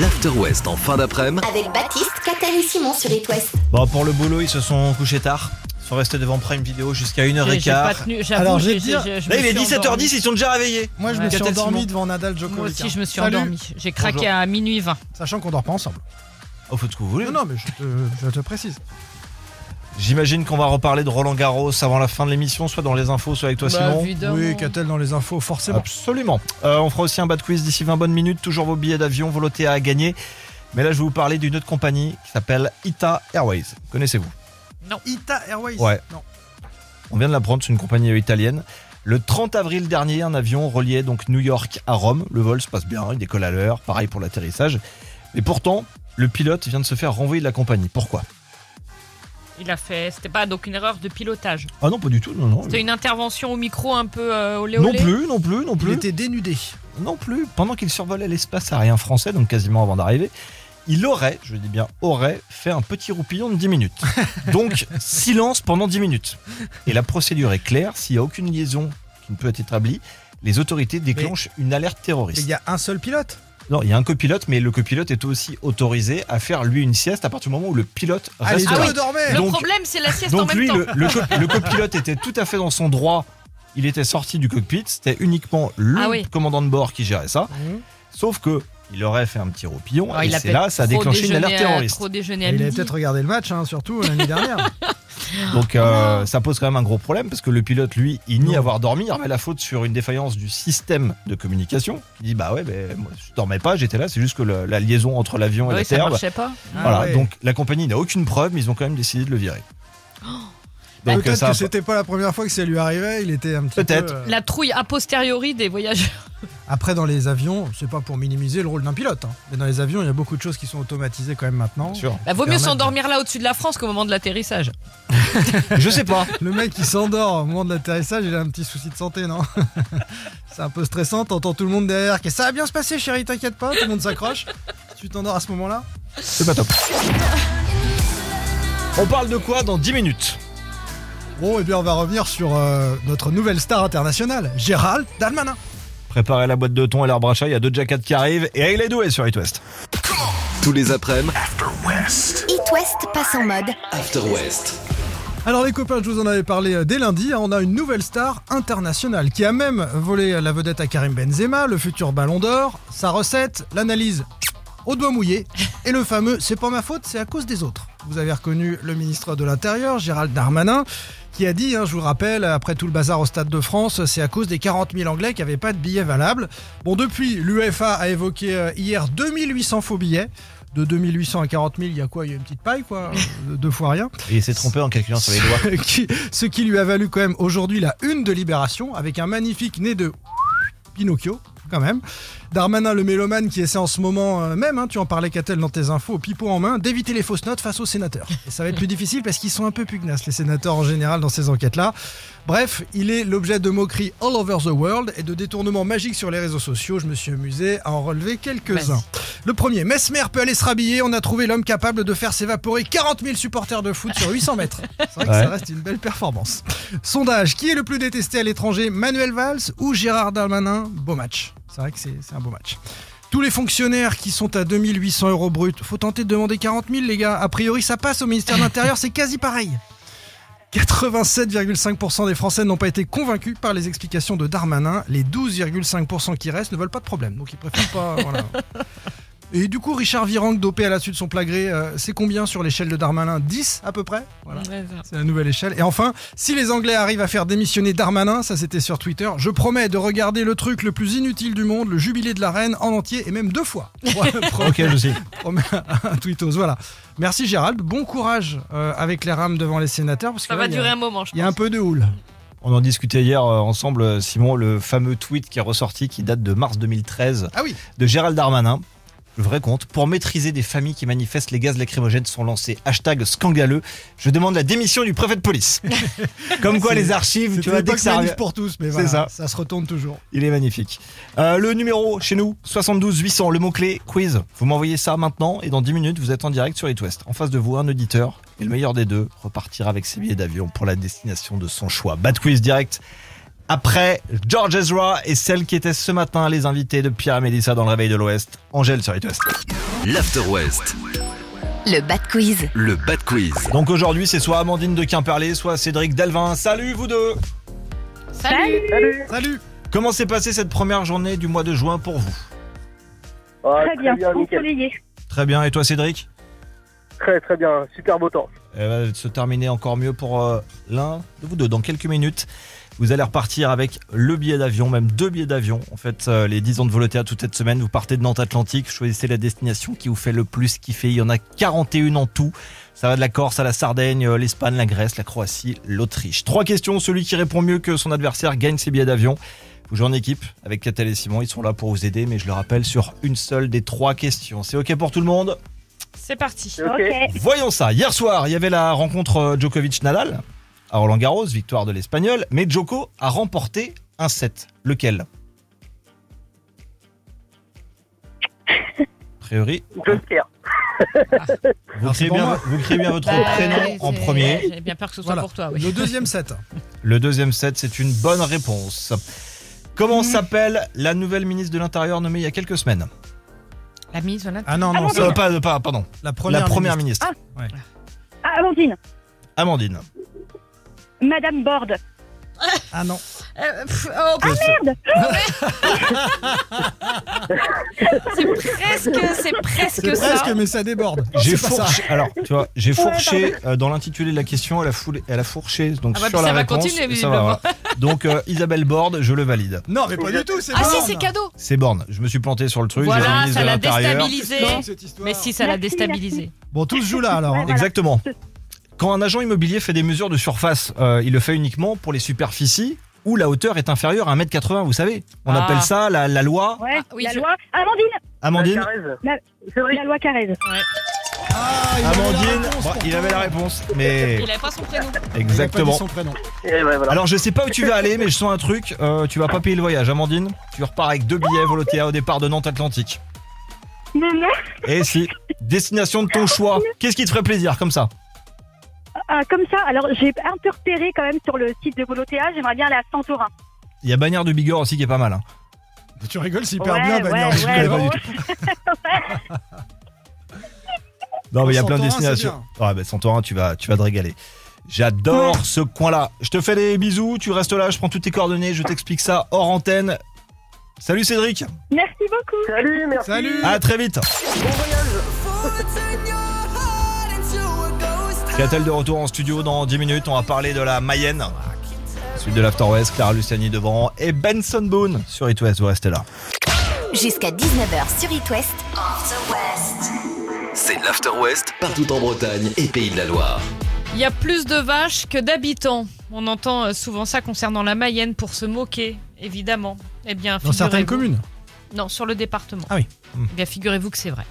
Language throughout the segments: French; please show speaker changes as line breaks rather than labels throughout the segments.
l'After West en fin d'après-midi
Avec Baptiste, Catherine et Simon sur It West.
Bon, pour le boulot, ils se sont couchés tard. Ils sont restés devant Prime Vidéo jusqu'à
J'ai- j'ai pas
1h15.
tenu, j'avoue,
Alors, je vais
j'ai-
te dire,
j'ai- je me
Là, il
suis
est 17h10,
endormie.
ils sont déjà réveillés.
Moi, je
Ouais.
me suis
Qu'a-t-elle,
endormi
Simon
devant Nadal Djokovic.
Moi aussi,
hein.
je me suis
Salut.
endormi. J'ai craqué
Bonjour.
à minuit 20.
Sachant qu'on dort pas ensemble.
Oh, faites ce que vous voulez.
Non, non, mais je te, je te précise.
J'imagine qu'on va reparler de Roland Garros avant la fin de l'émission, soit dans les infos, soit avec toi,
Bah,
Simon.
évidemment.
Oui, qu'a-t-elle dans les infos Forcément.
Absolument. Euh, on fera aussi un bas de quiz d'ici 20 bonnes minutes. Toujours vos billets d'avion, vos lotés à gagner. Mais là, je vais vous parler d'une autre compagnie qui s'appelle Ita Airways. Connaissez-vous
Ita Airways.
Ouais.
Non.
On vient de l'apprendre, c'est une compagnie euh, italienne. Le 30 avril dernier, un avion reliait donc New York à Rome. Le vol se passe bien, il décolle à l'heure, pareil pour l'atterrissage. Et pourtant, le pilote vient de se faire renvoyer de la compagnie. Pourquoi
Il a fait. C'était pas donc une erreur de pilotage.
Ah non, pas du tout, non, non.
C'était une intervention au micro un peu euh, olé
Non
olé.
plus, non plus, non
Il
plus.
était dénudé.
Non plus. Pendant qu'il survolait l'espace aérien français, donc quasiment avant d'arriver, il aurait, je dis bien aurait, fait un petit roupillon de 10 minutes. Donc, silence pendant 10 minutes. Et la procédure est claire, s'il n'y a aucune liaison qui ne peut être établie, les autorités déclenchent une alerte
Et il
terroriste.
y a un seul pilote.
Non, il y a un copilote, mais le copilote est aussi autorisé à faire lui une sieste à partir du moment où le pilote
Ah, les
reste
deux
là.
dormaient.
Le
Donc-
problème, c'est la sieste en
Donc
même
lui,
temps.
le, le co- le copilote était tout à fait dans son droit. Il était sorti du cockpit. C'était uniquement le
Ah oui.
commandant de bord qui gérait ça.
Mhm.
Sauf que il aurait fait un petit roupillon
Alors,
et
Ah, il a
c'est
peut-être
là, ça a
trop
déclenché une
déjeuné
alerte
à-
terroriste.
Trop déjeuné à
Il avait
midi.
peut-être regardé le match, hein, surtout l'année dernière.
Donc
Ah.
euh, ça pose quand même un gros problème parce que le pilote, lui, il nie
Non.
avoir dormi, il remet la faute sur une défaillance du système de communication. Il dit bah ouais, ben, moi, je dormais pas, j'étais là, c'est juste que le- la liaison entre l'avion et
Oui,
la
ça
terre. bah,
marchait pas.
Ah
voilà,
ouais.
donc la compagnie n'a aucune preuve, mais ils ont quand même décidé de le virer. Donc euh,
Peut-être
ça,
que c'était pas la première fois que ça lui arrivait. Il était un petit
Peut-être.
peu, euh,
La trouille a posteriori des voyageurs.
Après, dans les avions, c'est pas pour minimiser le rôle d'un pilote. hein. Mais dans les avions, il y a beaucoup de choses qui sont automatisées quand même maintenant.
bien sûr.
Bah, vaut mieux
Permettre.
s'endormir là au-dessus de la France qu'au moment de l'atterrissage.
Je sais pas.
Le mec qui s'endort au moment de l'atterrissage, il a un petit souci de santé, non C'est un peu stressant, t'entends tout le monde derrière qui est, ça va bien se passer chérie, t'inquiète pas, tout le monde s'accroche. Tu t'endors à ce moment-là
C'est pas top. On parle de quoi dans 10 minutes
Bon, et bien on va revenir sur euh, notre nouvelle star internationale, Gérald Darmanin.
Préparez la boîte de thon et l'arbre à chat, il y a deux jackets qui arrivent et il est doué sur It West.
tous les après-midi
It West passe en mode
After West.
Alors les copains, je vous en avais parlé euh, dès lundi, hein, on a une nouvelle star internationale qui a même volé euh, la vedette à Karim Benzema, le futur ballon d'or, sa recette, l'analyse au doigt mouillé et le fameux c'est pas ma faute, c'est à cause des autres. Vous avez reconnu le ministre de l'Intérieur, Gérald Darmanin, qui a dit, hein, je vous rappelle, après tout le bazar au Stade de France, euh, c'est à cause des 40 000 Anglais qui n'avaient pas de billets valables. Bon, depuis, l'UEFA a évoqué euh, hier 2800 faux billets. De 2800 à 40 000, il y a quoi Il y a une petite paille, quoi euh, Deux fois rien.
Et il s'est trompé en calculant sur les doigts.
Qui- ce qui lui a valu quand même aujourd'hui la une de Libération avec un magnifique nez de Pinocchio quand même. Darmanin le mélomane qui essaie en ce moment euh, même, hein, tu en parlais Catel dans tes infos, au pipeau en main, d'éviter les fausses notes face aux sénateurs. Et ça va être plus difficile parce qu'ils sont un peu pugnaces les sénateurs en général dans ces enquêtes-là. Bref, il est l'objet de moqueries all over the world et de détournements magiques sur les réseaux sociaux. Je me suis amusé à en relever quelques-uns.
Vas-y.
Le premier, Mesmer peut aller se rhabiller. On a trouvé l'homme capable de faire s'évaporer 40 000 supporters de foot sur 800 mètres. C'est vrai que
Ouais.
ça reste une belle performance. Sondage, qui est le plus détesté à l'étranger Manuel Valls ou Gérard Darmanin Beau match. C'est vrai que c'est c'est un beau match. Tous les fonctionnaires qui sont à 2800 euros brut, faut tenter de demander 40 000 les gars. A priori ça passe au ministère de l'Intérieur, c'est quasi pareil. 87,5% des Français n'ont pas été convaincus par les explications de Darmanin. Les 12,5% qui restent ne veulent pas de problème, donc ils préfèrent pas. voilà. Et du coup, Richard Virenque, dopé à la suite de son plagré, euh, c'est combien sur l'échelle de Darmanin 10 à peu près Voilà.
Ouais, ça.
C'est la nouvelle échelle. Et enfin, si les Anglais arrivent à faire démissionner Darmanin, ça c'était sur Twitter, je promets de regarder le truc le plus inutile du monde, le jubilé de la reine en entier et même deux fois.
Ok, je sais.
Promets un tweetos, voilà. Merci Gérald, bon courage euh, avec les rames devant les sénateurs parce
Ça
que là,
va
il y a-
durer un moment, je
Il y a un
pense.
peu de houle.
On en discutait hier euh, ensemble, euh, Simon, le fameux tweet qui est ressorti, qui date de mars 2013,
Ah oui,
de Gérald Darmanin. Le vrai compte. Pour maîtriser des familles qui manifestent, les gaz lacrymogènes sont lancés. Hashtag scandaleux. Je demande la démission du préfet de police. Comme quoi,
C'est-
les archives, tu
c'était
vois, dès
l'époque
que ça
manif
arrive-
pour tous, mais
C'est
voilà,
ça.
ça. se retourne toujours.
Il est magnifique. Euh, le numéro chez nous, 72 800, le mot-clé quiz. Vous m'envoyez ça maintenant et dans 10 minutes, vous êtes en direct sur It West. En face de vous, un auditeur et le meilleur des deux repartira avec ses billets d'avion pour la destination de son choix. Bad quiz direct. Après, George Ezra et celle qui était ce matin les invités de Pierre et Mélissa dans le Réveil de l'Ouest, Angèle sur It West.
l'After West,
Le Bat Quiz.
le Bad Quiz.
Donc aujourd'hui, c'est soit Amandine de Quimperlé, soit Cédric Delvin. Salut vous deux
Salut
Salut
Comment s'est passée cette première journée du mois de juin pour vous
Ah,
Très bien,
nickel.
ensoleillé.
Très bien, et toi Cédric
Très très bien, super beau temps.
Elle va se terminer encore mieux pour euh, l'un de vous deux dans quelques minutes. Vous allez repartir avec le billet d'avion, même deux billets d'avion. En fait, euh, les 10 ans de voloté à toute cette semaine, vous partez de Nantes Atlantique, vous choisissez la destination qui vous fait le plus kiffer. Il y en a 41 en tout. Ça va de la Corse à la Sardaigne, euh, l'Espagne, la Grèce, la Croatie, l'Autriche. Trois questions. Celui qui répond mieux que son adversaire gagne ses billets d'avion. Vous jouez en équipe avec Catel et Simon. Ils sont là pour vous aider, mais je le rappelle, sur une seule des trois questions. C'est OK pour tout le monde
C'est parti
C'est ok.
Ok.
Voyons ça. Hier soir, il y avait la rencontre euh, Djokovic-Nadal à Roland-Garros, victoire de l'Espagnol, mais Djoko a remporté un set. Lequel A priori,
Joker.
vous criez,
pour
bien,
moi.
vous criez bien votre
Bah,
prénom en
c'est-
premier.
J'ai bien peur que ce soit
Voilà.
pour toi, Ah oui.
Le deuxième set.
Le deuxième set, c'est une bonne réponse.
Mm.
Comment s'appelle la nouvelle ministre de l'Intérieur nommée il y a quelques semaines
Ah,
La mise en
Ah non, non,
Euh,
ça,
pas, pas- Pardon,
la première.
la première
minute.
ministre,
Ah, Amandine,
Amandine.
Madame Borde.
Ah non.
Euh, pff, oh,
Ah,
pff, c'est presque, c'est presque,
C'est
ça. Ah,
presque, mais ça déborde.
J'ai
C'est pas ça.
fourché. Alors, tu vois, j'ai
Ouais,
fourché euh, dans l'intitulé de la question. Elle a, foulé- elle a fourché donc
Ah bah,
sur
puis
la
ça va
réponse.
continuer,
et ça va,
visiblement.
voilà. Donc euh, Isabelle Borne, je le valide.
Non, mais pas du tout, c'est
Ah si,
Borne.
c'est cadeau
C'est Borne. Je me suis planté sur le truc. j'ai le
Voilà,
ministre
ça
de
l'a
l'Intérieur.
déstabilisé.
Non, cette histoire.
Mais si, ça l'a
Merci,
déstabilisé.
Bon, tous jouent là alors. hein.
Ouais, voilà.
Exactement. Quand un agent immobilier fait des mesures de surface, euh, il le fait uniquement pour les superficies où la hauteur est inférieure à 1m80, vous savez. On
Ah.
appelle ça la, la loi.
Ouais,
Ah, oui,
la
je-
loi. Amandine,
Amandine
Carrez.
La-
Cédric.
la loi Carrez.
Ah, il avait la
Amandine
réponse
Bon,
pourtant.
Il avait la réponse, mais...
Il avait pas son prénom.
Il a pas dit
Exactement.
son prénom.
Et Eh ouais, voilà.
Alors je sais pas où tu vas aller mais je sens un truc, euh, tu vas pas payer le voyage Amandine, tu repars avec deux billets volotea au départ de Nantes Atlantique.
Non, non.
Et si, destination de ton choix, qu'est-ce qui te ferait plaisir comme ça
Ah, comme ça, alors j'ai un peu repéré quand même sur le site de Volotea, j'aimerais bien aller à Santorin.
Il y a Bagnères de Bigorre aussi qui est pas mal. hein.
Tu rigoles, c'est hyper
Ouais,
bien,
ouais,
Bagnard.
ouais,
bah, Je connais pas du
ouais.
tout.
Non mais il y a plein
Santorin,
de
c'est
destinations. Ouais bah Santorin tu vas, tu vas te régaler. J'adore ce coin-là. Je te fais des bisous, tu restes là, je prends toutes tes coordonnées, je t'explique ça hors antenne. Salut Cédric,
Merci beaucoup.
Salut, merci.
Salut.
à très vite. Catel de retour en studio dans 10 minutes. On va parler de la Mayenne. Suite de l'After West, Clara Luciani devant et Benson Boone sur It West. Vous restez là.
Jusqu'à 19h sur It West.
C'est l'After West partout en Bretagne et Pays de la Loire.
Il y a plus de vaches que d'habitants. On entend euh, souvent ça concernant la Mayenne pour se moquer, évidemment. Eh bien,
Dans certaines
figurez-vous-
communes.
Non, sur le département.
Ah oui.
Hmm.
Eh bien, figurez-vous que c'est vrai.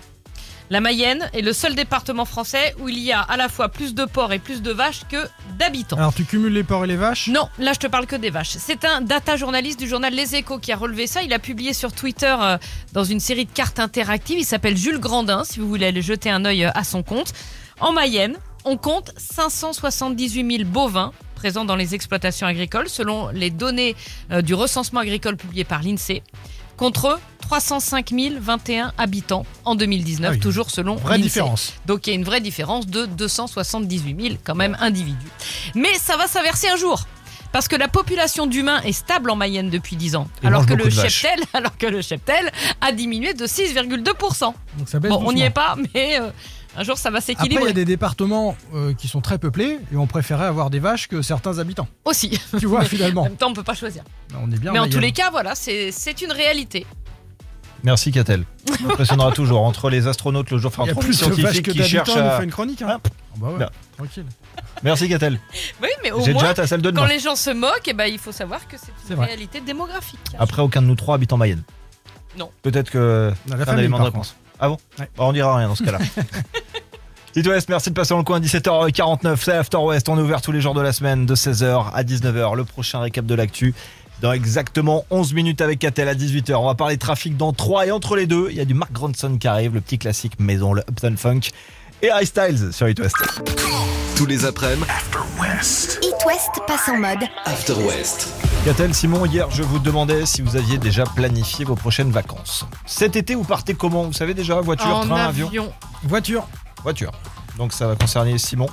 La Mayenne est le seul département français où il y a à la fois plus de porcs et plus de vaches que d'habitants.
Alors tu cumules les porcs et les vaches.
Non, là je te parle que des vaches. C'est un data journaliste du journal Les Échos qui a relevé ça. Il a publié sur Twitter euh, dans une série de cartes interactives. Il s'appelle Jules Grandin, si vous voulez aller jeter un œil euh, à son compte. En Mayenne, on compte 578 000 bovins présents dans les exploitations agricoles selon les données euh, du recensement agricole publié par l'INSEE contre 305 021 habitants en 2019,
Ah oui.
toujours selon
Vraie
l'INSEE.
différence.
Donc il y a une vraie différence de 278 000 quand même individus. Mais ça va s'inverser un jour. Parce que la population d'humains est stable en Mayenne depuis 10 ans,
Et
alors
mange
que,
beaucoup
le
de vaches.
cheptel, alors que le cheptel a diminué de 6,2%.
Donc ça baisse.
Bon, on n'y
doucement.
est pas, mais euh, un jour ça va
Après, il y
s'équilibrer
a des départements euh, qui sont très peuplés et on préférait avoir des vaches que certains habitants.
aussi.
Tu vois,
En
finalement.
même temps, on peut pas choisir.
On est bien.
mais en
Mayenne.
tous les cas, voilà, c'est c'est une réalité.
Merci Catel. Ça m'impressionnera toujours entre les astronautes le jour, enfin
il y a
entre les
plus de vaches
scientifiques
que
qui cherchent
d'habitants. On nous
à...
fait une chronique. Hein. Ah bah ouais,
Là.
tranquille.
Merci Catel.
Oui, mais au
J'ai
moins,
déjà ta salle de
quand
demain.
les gens se moquent, eh ben, il faut savoir que c'est
C'est
une
vrai.
réalité démographique.
Après, aucun de nous trois habite en Mayenne.
Non.
Peut-être que
On a
c'est
la
un
famille,
élément de
par
réponse. Ah bon
Ouais.
Bah, On dira rien dans ce cas-là. It West, merci de passer dans le coin. 17h49, c'est After West. On est ouvert tous les jours de la semaine de 16h à 19h. Le prochain récap de l'actu dans exactement 11 minutes avec Catel à 18h. On va parler trafic dans 3 et entre les deux, il y a du Mark Ronson qui arrive, le petit classique maison, le Upton Funk et High Styles sur It West.
Tous les après-midi,
It West passe en mode.
After West.
Catel, Simon, hier je vous demandais si vous aviez déjà planifié vos prochaines vacances. Cet été, vous partez comment Vous savez déjà Voiture,
en
train,
avion.
Voiture.
Voiture. Donc ça va concerner Simon.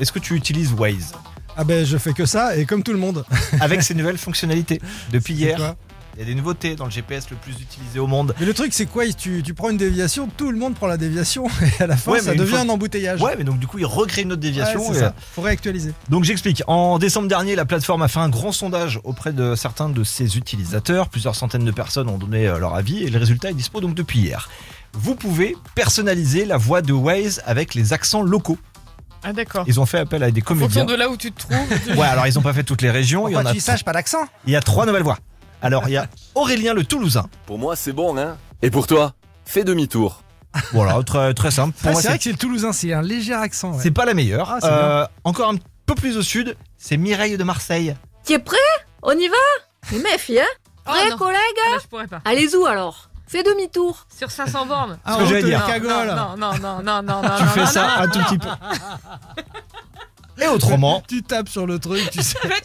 Est-ce que tu utilises Waze
Ah ben je fais que ça et comme tout le monde.
avec ses nouvelles fonctionnalités depuis
C'est
hier
quoi
Il y a des nouveautés dans le GPS le plus utilisé au monde.
Mais le truc c'est quoi Tu, tu prends une déviation, tout le monde prend la déviation et à la fin
Ouais, mais
ça
une
devient
fois-
un embouteillage.
Ouais, mais donc du coup, il recrée une autre déviation.
Ah, Ouais,
et-
c'est ça. Faut réactualiser.
Donc j'explique. En décembre dernier, la plateforme a fait un grand sondage auprès de certains de ses utilisateurs. Plusieurs centaines de personnes ont donné euh, leur avis et le résultat est dispo donc depuis hier. Vous pouvez personnaliser la voix de Waze avec les accents locaux.
Ah d'accord.
Ils ont fait appel à des
En
comédiens.
fonction de là où tu te trouves.
Ouais, alors ils n'ont pas fait toutes les régions. Il y, en a
saches pas d'accent
il y a trois nouvelles voix. Alors il y a Aurélien le Toulousain.
Pour moi, c'est bon, hein Et pour toi Fais demi-tour.
Voilà, très, très simple. Pour moi,
Ah, C'est vrai que c'est le Toulousain, c'est un léger accent. ouais.
C'est pas la meilleure.
Ah, c'est
Euh, encore un peu plus au sud, c'est Mireille de Marseille.
T'es prêt On y va Mais méfie, hein
Oh,
Prêt,
non.
collègue
Ah, je pourrais pas.
Allez où alors Fais demi-tour.
Sur 500 bornes.
Ah,
ce que
on
j'allais
te
dire.
la cagole.
Non, non, non, non, non, non,
Ah,
non.
Tu fais
non, non.
ça un tout petit peu. Et autrement,
Tu tapes sur le truc, tu sais.
Je t'ai-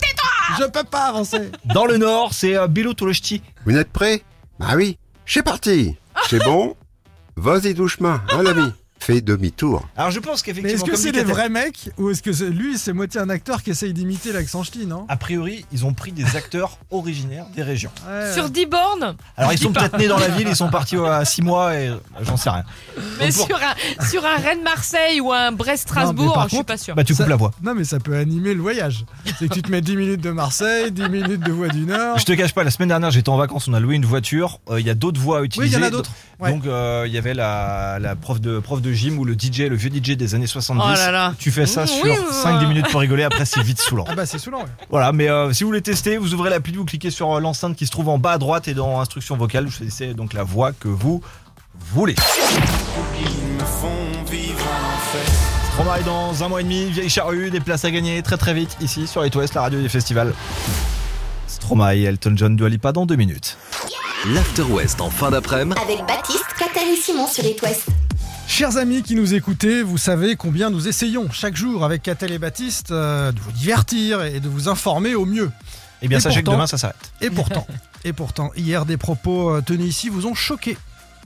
je peux pas avancer.
dans le nord, c'est euh, Bilo Toulochti.
Vous n'êtes prêts Ah oui, c'est parti C'est bon Vas-y tout chemin, hein l'ami Fais demi-tour.
Alors je pense
Mais
qu'effectivement.
est-ce que
comme
c'est
dit
des
Katel,
vrais mecs ou est-ce que c'est- lui c'est moitié un acteur qui essaye d'imiter l'accent ch'ti, non
A priori, ils ont pris des acteurs originaires des régions.
Ouais.
Ah, Sur 10 bornes,
Alors
Ah,
ils sont peut-être nés dans la ville, ils sont partis euh, à 6 mois et j'en sais rien.
mais
Donc, pour-
sur un, sur un Rennes-Marseille ou un
Non, mais
Brest-Strasbourg,
par
je suis
contre-
pas sûr.
Bah tu coupes
Ça-
la voix.
Non mais ça peut animer le voyage. C'est que tu te mets 10 minutes de Marseille, 10 minutes de Voie du Nord.
Je te cache pas, la semaine dernière j'étais en vacances, on a loué une voiture, euh, il y a d'autres voies à
Oui, il
utiliser.
y en a d'autres. Ouais.
Donc euh, il y avait la, la prof, de, prof de gym ou le DJ, le vieux DJ des années 70.
Oh là là.
Tu fais ça
Oui,
sur
oui,
5-10
oui.
minutes pour rigoler, après c'est vite saoulant.
Ah bah c'est saoulant. ouais.
Voilà, mais euh, si vous voulez tester, vous ouvrez l'appli, vous cliquez sur euh, l'enceinte qui se trouve en bas à droite et dans instructions vocales, vous choisissez donc la voix que vous voulez. On va dans un mois et demi, vieille charrue, des places à gagner très très vite ici sur It West, la radio des festivals. Stromae et Elton John Dua Lipa dans deux minutes.
L'After West en fin d'après-midi,
Avec Baptiste, Catel et Simon sur It West.
Chers amis qui nous écoutez, vous savez combien nous essayons chaque jour avec Catel et Baptiste euh, de vous divertir et de vous informer au mieux.
Eh bien,
Et
sachez que
pourtant-
demain ça s'arrête.
Et pourtant, et pourtant, hier des propos euh, tenus ici vous ont choqué.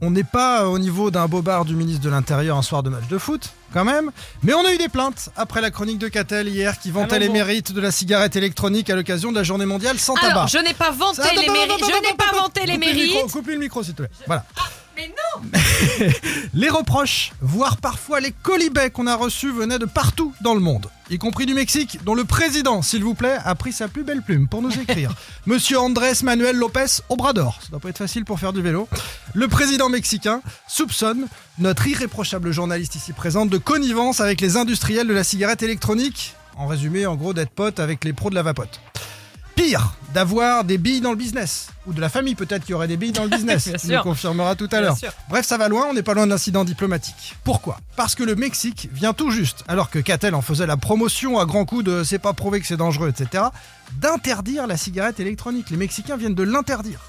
On n'est pas au niveau d'un bobard du ministre de l'Intérieur un soir de match de foot, quand même, mais on a eu des plaintes après la chronique de Catel hier qui vantait
Allons
les
Ah, bon.
mérites de la cigarette électronique à l'occasion de la journée mondiale sans tabac.
Alors, je n'ai pas vanté
Attends,
les
attends,
mérites.
attends,
Je
attends,
n'ai pas
attends,
vanté les
coupez le micro,
mérites. Ah,
Coupez le micro, s'il te plaît. Voilà.
mais
non Les reproches, voire parfois les colibets qu'on a reçus venaient de partout dans le monde, y compris du Mexique, dont le président, s'il vous plaît, a pris sa plus belle plume pour nous écrire. Monsieur Andrés Manuel López Obrador, ça doit pas être facile pour faire du vélo. Le président mexicain soupçonne notre irréprochable journaliste ici présente de connivence avec les industriels de la cigarette électronique. En résumé, en gros, d'être pote avec les pros de la vapote. Pire, d'avoir des billes dans le business. Ou de la famille peut-être qui aurait des billes dans le business.
Bien
Tu
sûr.
nous confirmera tout à
Bien
l'heure.
sûr.
Bref, ça va loin, on n'est pas loin d'incidents diplomatiques. Pourquoi Parce que le Mexique vient tout juste, alors que Catel en faisait la promotion à grands coups de c'est pas prouvé que c'est dangereux, etc., d'interdire la cigarette électronique. Les Mexicains viennent de l'interdire.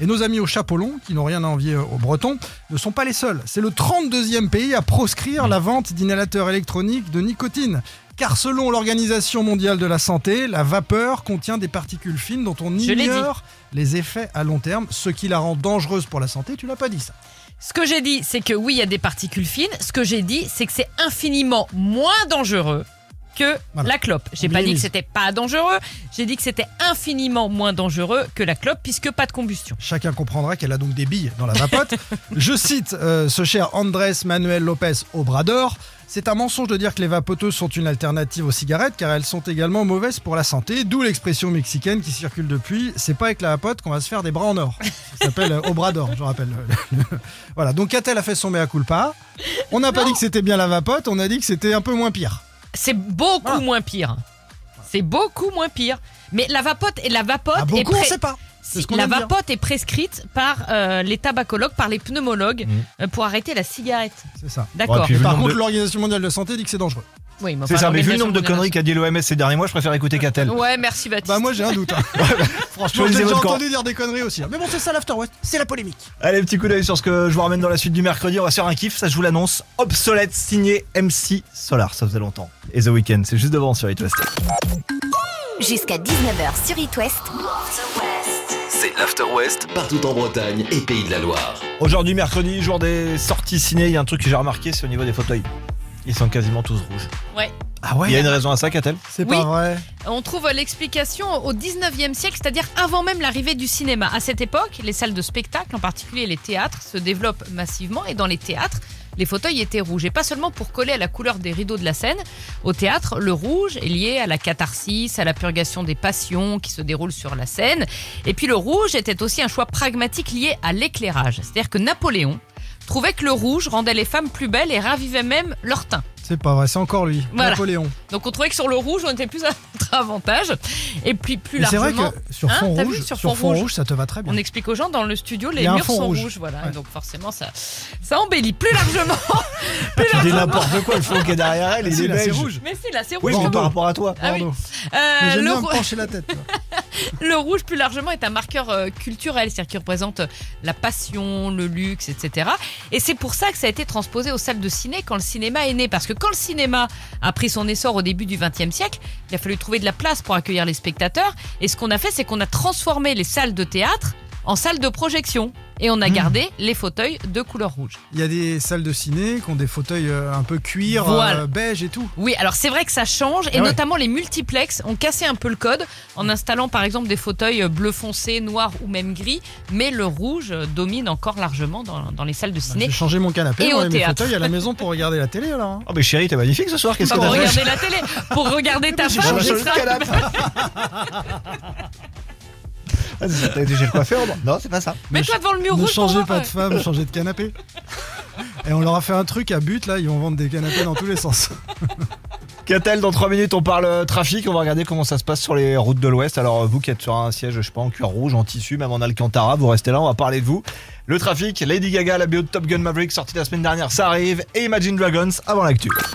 Et nos amis au Chapolon, qui n'ont rien à envier aux Bretons, ne sont pas les seuls. C'est le 32e pays à proscrire la vente d'inhalateurs électroniques de nicotine. Car selon l'Organisation mondiale de la santé, la vapeur contient des particules fines dont on
Je l'ai dit.
ignore les effets à long terme, ce qui la rend dangereuse pour la santé. Tu l'as pas dit ça.
Ce que j'ai dit, c'est que oui, il y a des particules fines. Ce que j'ai dit, c'est que c'est infiniment moins dangereux que
Voilà.
la clope. J'ai
On
pas dit que
minimise.
c'était pas dangereux. J'ai dit que c'était infiniment moins dangereux que la clope puisque pas de combustion.
Chacun comprendra qu'elle a donc des billes dans la vapote. Je cite euh, ce cher Andrés Manuel López Obrador. C'est un mensonge de dire que les vapoteuses sont une alternative aux cigarettes car elles sont également mauvaises pour la santé, d'où l'expression mexicaine qui circule depuis. C'est pas avec la vapote qu'on va se faire des bras en or. Ça s'appelle euh, Obrador, je rappelle. euh, voilà, donc Catel a fait son mea culpa. On n'a pas dit que c'était bien la vapote, on a dit que c'était un peu moins pire.
C'est beaucoup
Voilà.
moins pire. C'est beaucoup moins pire. Mais la vapote et la vapote
Ah,
est
beaucoup,
pré-
on sait pas.
Si,
ce qu'on
la
vient de dire.
vapote est prescrite par euh, les tabacologues, par les pneumologues
Mhm.
euh, pour arrêter la cigarette.
C'est ça.
D'accord.
puis-
Et
vu le
par
nombre
contre,
de-
l'Organisation mondiale de la santé dit que c'est dangereux.
Oui, mais
C'est
enfin,
ça, mais vu le
l'organisation
nombre de
mondiale-
conneries qu'a dit l'OMS ces derniers mois, je préfère écouter
Ah,
Catel.
Ouais, merci Baptiste.
Bah moi j'ai un doute. hein. Franchement,
Choisissez
j'ai déjà
votre camp.
entendu dire des conneries aussi. hein. Mais bon, c'est ça l'After West, c'est la polémique.
Allez, petit coup d'œil sur ce que je vous ramène dans la suite du mercredi. On va se faire un kiff, ça je vous l'annonce. Obsolète, signé MC Solar, ça faisait longtemps. Et The Weeknd, c'est juste devant sur It West.
Jusqu'à 19h sur It West.
C'est l'After West partout en Bretagne et Pays de la Loire.
Aujourd'hui, mercredi, jour des sorties ciné, il y a un truc que j'ai remarqué, c'est au niveau des fauteuils. Ils sont quasiment tous rouges.
Ouais.
Ah ouais Il y a une raison à ça, Catel
C'est
Oui.
pas vrai.
On trouve l'explication au 19e siècle, c'est-à-dire avant même l'arrivée du cinéma. À cette époque, les salles de spectacle, en particulier les théâtres, se développent massivement et dans les théâtres, les fauteuils étaient rouges. Et pas seulement pour coller à la couleur des rideaux de la scène. Au théâtre, le rouge est lié à la catharsis, à la purgation des passions qui se déroulent sur la scène. Et puis le rouge était aussi un choix pragmatique lié à l'éclairage. C'est-à-dire que Napoléon trouvait que le rouge rendait les femmes plus belles et ravivait même leur teint.
C'est pas vrai, c'est encore lui.
Voilà.
Napoléon.
Donc on trouvait que sur le rouge, on était plus à notre avantage. Et puis plus
Mais c'est
largement,
vrai que sur
Hein,
fond
t'as
rouge,
vu, sur
sur
fond
fond
rouge.
rouge, ça te va très bien.
on explique aux gens dans le studio,
Il y
les
a un
murs
fond
sont
rouge.
rouges, voilà.
Ouais.
Donc forcément, ça, ça embellit plus largement. plus
Tu dis
largement.
n'importe quoi, le fond qui est derrière elle,
Ah,
il
si,
est
là, c'est
belge.
rouge.
Mais si, là, c'est rouge.
Oui, mais
quand
par
même.
rapport à toi.
Ah oui.
Pardon.
Euh,
Mais j'aime
le,
bien me
rou-
pencher la tête. toi.
le rouge, plus largement, est un marqueur euh, culturel, c'est-à-dire qu'il représente euh, la passion, le luxe, etc. Et c'est pour ça que ça a été transposé aux salles de ciné quand le cinéma est né. Parce que quand le cinéma a pris son essor au début du XXe siècle, il a fallu trouver de la place pour accueillir les spectateurs. Et ce qu'on a fait, c'est qu'on a transformé les salles de théâtre en salles de projection. Et on a gardé les fauteuils de couleur rouge.
Il y a des salles de ciné qui ont des fauteuils euh, un peu cuir,
Voilà.
euh, beige et tout.
Oui, alors c'est vrai que ça change, et
Ah ouais.
notamment les multiplex ont cassé un peu le code en installant par exemple des fauteuils euh, bleu foncé, noir ou même gris, mais le rouge euh, domine encore largement dans, dans les salles de
J'ai
ciné.
changé mon canapé,
Et
on
au
a mes
théâtre.
fauteuils à la maison pour regarder la télé là. hein.
Oh, mais chérie, t'es magnifique ce soir, qu'est-ce que
pour
t'as fait
regarder la télé, pour regarder ta
J'ai
femme,
changé
c'est
le
ça
canapé. Ah, c'est- T'as été chez le coiffeur non Non, c'est pas ça.
Mets-toi devant le mur
Ne
rouge. pour
changez
voir,
pas
euh,
de femme, changez de canapé. Et on leur a fait un truc à but là, ils vont vendre des canapés dans tous les sens.
Catel, dans 3 minutes, on parle euh, trafic. On va regarder comment ça se passe sur les routes de l'Ouest. Alors, euh, vous qui êtes sur un siège, je sais pas, en cuir rouge, en tissu, même en Alcantara, vous restez là, on va parler de vous. Le trafic, Lady Gaga, la bio de Top Gun Maverick, sortie la semaine dernière, ça arrive. Et Imagine Dragons avant l'actu.